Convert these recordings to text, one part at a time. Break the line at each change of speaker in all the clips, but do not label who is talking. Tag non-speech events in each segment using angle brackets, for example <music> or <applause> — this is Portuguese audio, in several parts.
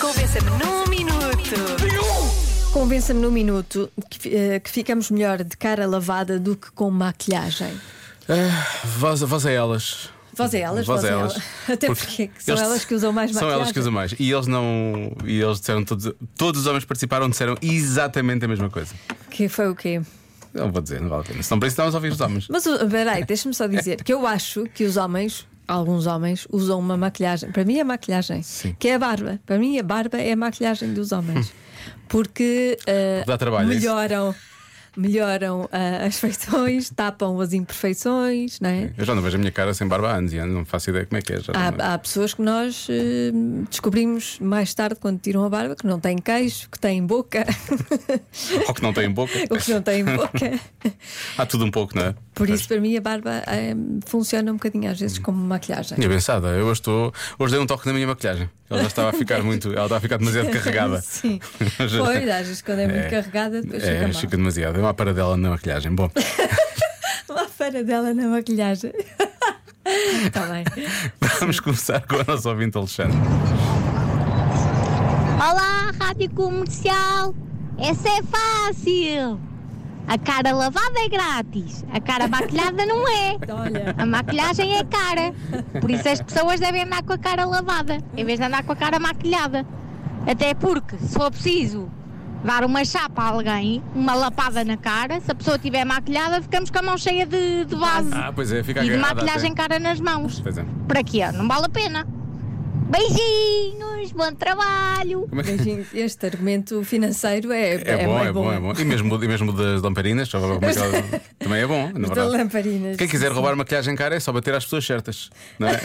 Convença-me num minuto.
Convença-me num minuto que, eh, que ficamos melhor de cara lavada do que com maquilhagem.
Voz, voz Ah, a elas.
Vós é elas, <laughs>
Voz
vós
a
é
elas.
Até porque, são
eles-
elas que usam mais
São
maquilhagem.
elas que usam mais. E eles não. E eles disseram todos. Todos os homens que participaram disseram exatamente a mesma coisa.
Que foi o quê?
Não vou dizer, não vale a pena. Senão precisamos ouvir os homens.
Mas uh, peraí, deixa-me só dizer que eu acho que os homens, alguns homens, usam uma maquilhagem. Para mim é maquilhagem,
Sim.
que é a barba. Para mim a barba é a maquilhagem dos
<laughs>
homens. Porque uh,
Dá trabalho, é isso?
melhoram, melhoram uh, as feições, tapam as imperfeições, não é? Ah,
Eu já não vejo a minha cara sem barba há anos e anos, não faço ideia como é que é. Já não-
Há, há pessoas que nós eh, descobrimos mais tarde, quando tiram a barba, que não têm queixo, que têm boca, <laughs>
Ou que não tem boca.
ou que É não têm
<laughs>
boca.
Há tudo um pouco, não é?
Por isso, para mim, a barba eh, funciona um bocadinho às vezes como maquilhagem.
Tinha pensada, eu hoje estou. Hoje dei um toque na minha maquilhagem. Ela já estava
<laughs>
a ficar muito. Ela estava a ficar demasiado carregada. <laughs>
Sim. Pois, às vezes quando é muito
É.
carregada, depois
é,
fica mal.
fica demasiado. É uma paradela na maquilhagem. Bom,
<laughs> Lá fora dela na
<laughs>
maquilhagem. Está bem.
vamos começar com o nosso ouvinte Alexandre.
Olá, Rádio Comercial! Essa é fácil! A cara lavada é grátis, a cara maquilhada não é.
Então, Olha,
A maquilhagem é cara. Por isso as pessoas devem andar com a cara lavada, em vez de andar com a cara maquilhada. Até porque, se for preciso dar uma chapa a alguém, uma lapada na cara, se a pessoa estiver maquilhada, ficamos com a mão cheia de, de base
Ah, pois é, fica
e de
agarrada.
maquilhagem
até.
cara nas mãos.
Pois é.
Para quê? Não vale a pena. Beijinhos, bom trabalho!
Como é que-
beijinhos. este argumento financeiro é,
É, bom,
bem
é bom, é bom. E mesmo, e mesmo das lamparinas, só como é que ela- também é bom, na
Da
verdade.
lamparinas.
Quem quiser roubar maquilhagem cara é só bater às pessoas certas, não é?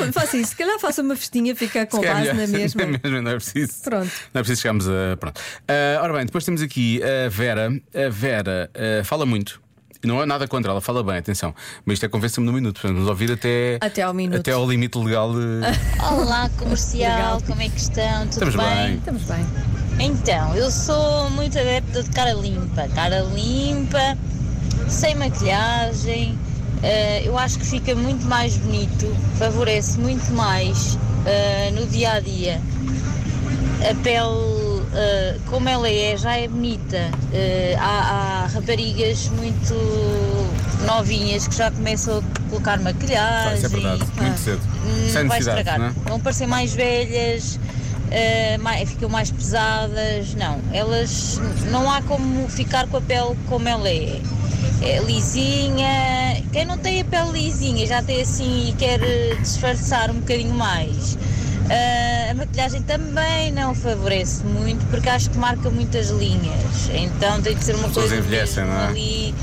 Não, faça isso. Se calhar faça uma festinha, fica com
<laughs> Se calhar
base na
melhor.
mesma.
<laughs> não é preciso.
Pronto.
Não é preciso chegarmos a. Pronto. Ah, ora bem, depois temos aqui a Vera. A Vera ah, fala muito. Não é nada contra ela, fala bem, atenção. Mas isto é convença-me no minuto, portanto, nos ouvir até,
Até ao minuto.
até ao limite legal de.
Olá, comercial, como é que estão? Tudo
Estamos bem.
Estamos bem.
Então, eu sou muito adepta de cara limpa. Cara limpa, sem maquilhagem. eh, eu acho que fica muito mais bonito, favorece muito mais eh, no dia a dia. A pele, eh, como ela é, já é bonita. Eh, há, há raparigas muito novinhas que já começam a colocar
Ah,
maquilhagem.
isso é verdade, muito cedo.
Hum,
Sem
vai
necessidade,
estragar.
não é?
Vão parecer mais velhas, eh, mai- ficam mais pesadas. Não, elas não há como ficar com a pele como ela é. É lisinha. Quem não tem a pele lisinha já tem assim e quer eh, disfarçar um bocadinho mais. Eh, a maquilhagem também não favorece muito porque acho que marca muitas linhas. Então tem de ser
As
uma
pessoas
coisa
envelhecem,
mesmo
não é?
ali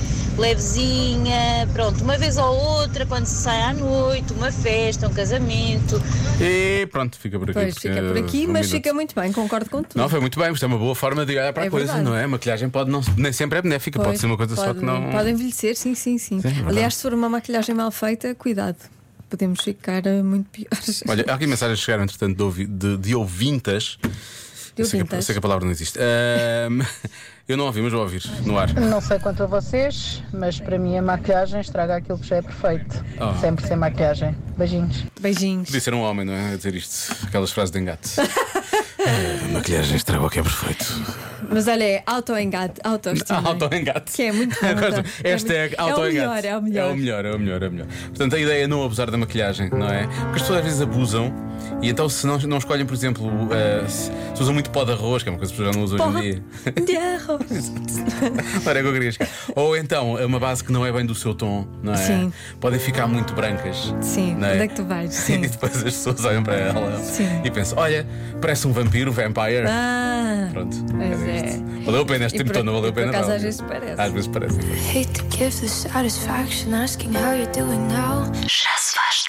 levezinha, pronto, uma vez ou outra quando se sai à noite, uma festa, um casamento,
E pronto, fica por aqui.
Pois
porque,
fica por aqui,
um
mas
minuto.
fica muito bem, concordo com tudo.
Não, foi muito bem, isto é uma boa forma de olhar para a
É
coisa,
verdade.
não é? A maquilhagem pode não, nem sempre é benéfica, pode,
Pois,
ser uma coisa só
pode-
que não.
Pode envelhecer, sim, sim, sim.
Sim, é verdade.
Aliás, se for uma maquilhagem mal feita, cuidado. Podemos ficar eh, muito piores. <laughs>
Olha, há aqui mensagens que chegaram, entretanto, de, ouvi- de- de ouvintas.
De
Eu sei, que, eu
ouvintas.
sei que a palavra não existe. Ahm, <laughs> eu não ouvi, mas vou ouvir no ar.
Não sei quanto a vocês, mas para mim a maquilhagem estraga aquilo que já é perfeito.
Ah.
Sempre sem maquilhagem. Beijinhos.
Beijinhos.
Podia ser um homem, não é? A dizer isto, aquelas frases
<laughs>
de engate. Eh, maquilhagem estraga o que é perfeito.
Mas olha, é auto-engate, autoestima.
Ah, Auto-engate.
Que é muito bom,
<laughs>
tá?
Gosto.
É
Hashtag
muito- é o
auto-engate.
melhor, é o melhor.
É o melhor, é o melhor, é o melhor. Portanto, a ideia é não abusar da maquilhagem, não é? Porque as pessoas às vezes abusam e então se não, não escolhem, por exemplo, eh, se, se usam muito pó de arroz, que é uma coisa que as pessoas já não usam
Pó
hoje em
de
dia. <laughs>
arroz.
Ora, é que eu queria chegar. Ou então, é uma base que não é bem do seu tom, não é?
Sim.
Podem ficar muito brancas.
Sim,
não
onde é que tu vais? Sim.
<laughs> E depois as pessoas olham para ela
Sim.
e pensam: olha, parece um vampiro, vampire.
Ah,
Pronto.
Pois
era
é.
isto. Valeu a pena este
E
tempo
por-
todo, não valeu
e
a
por
pena. um- Ah,
acaso
não.
às vezes parece.
Às vezes parece.
Hate to give the satisfaction asking how you're doing now.
Já se faz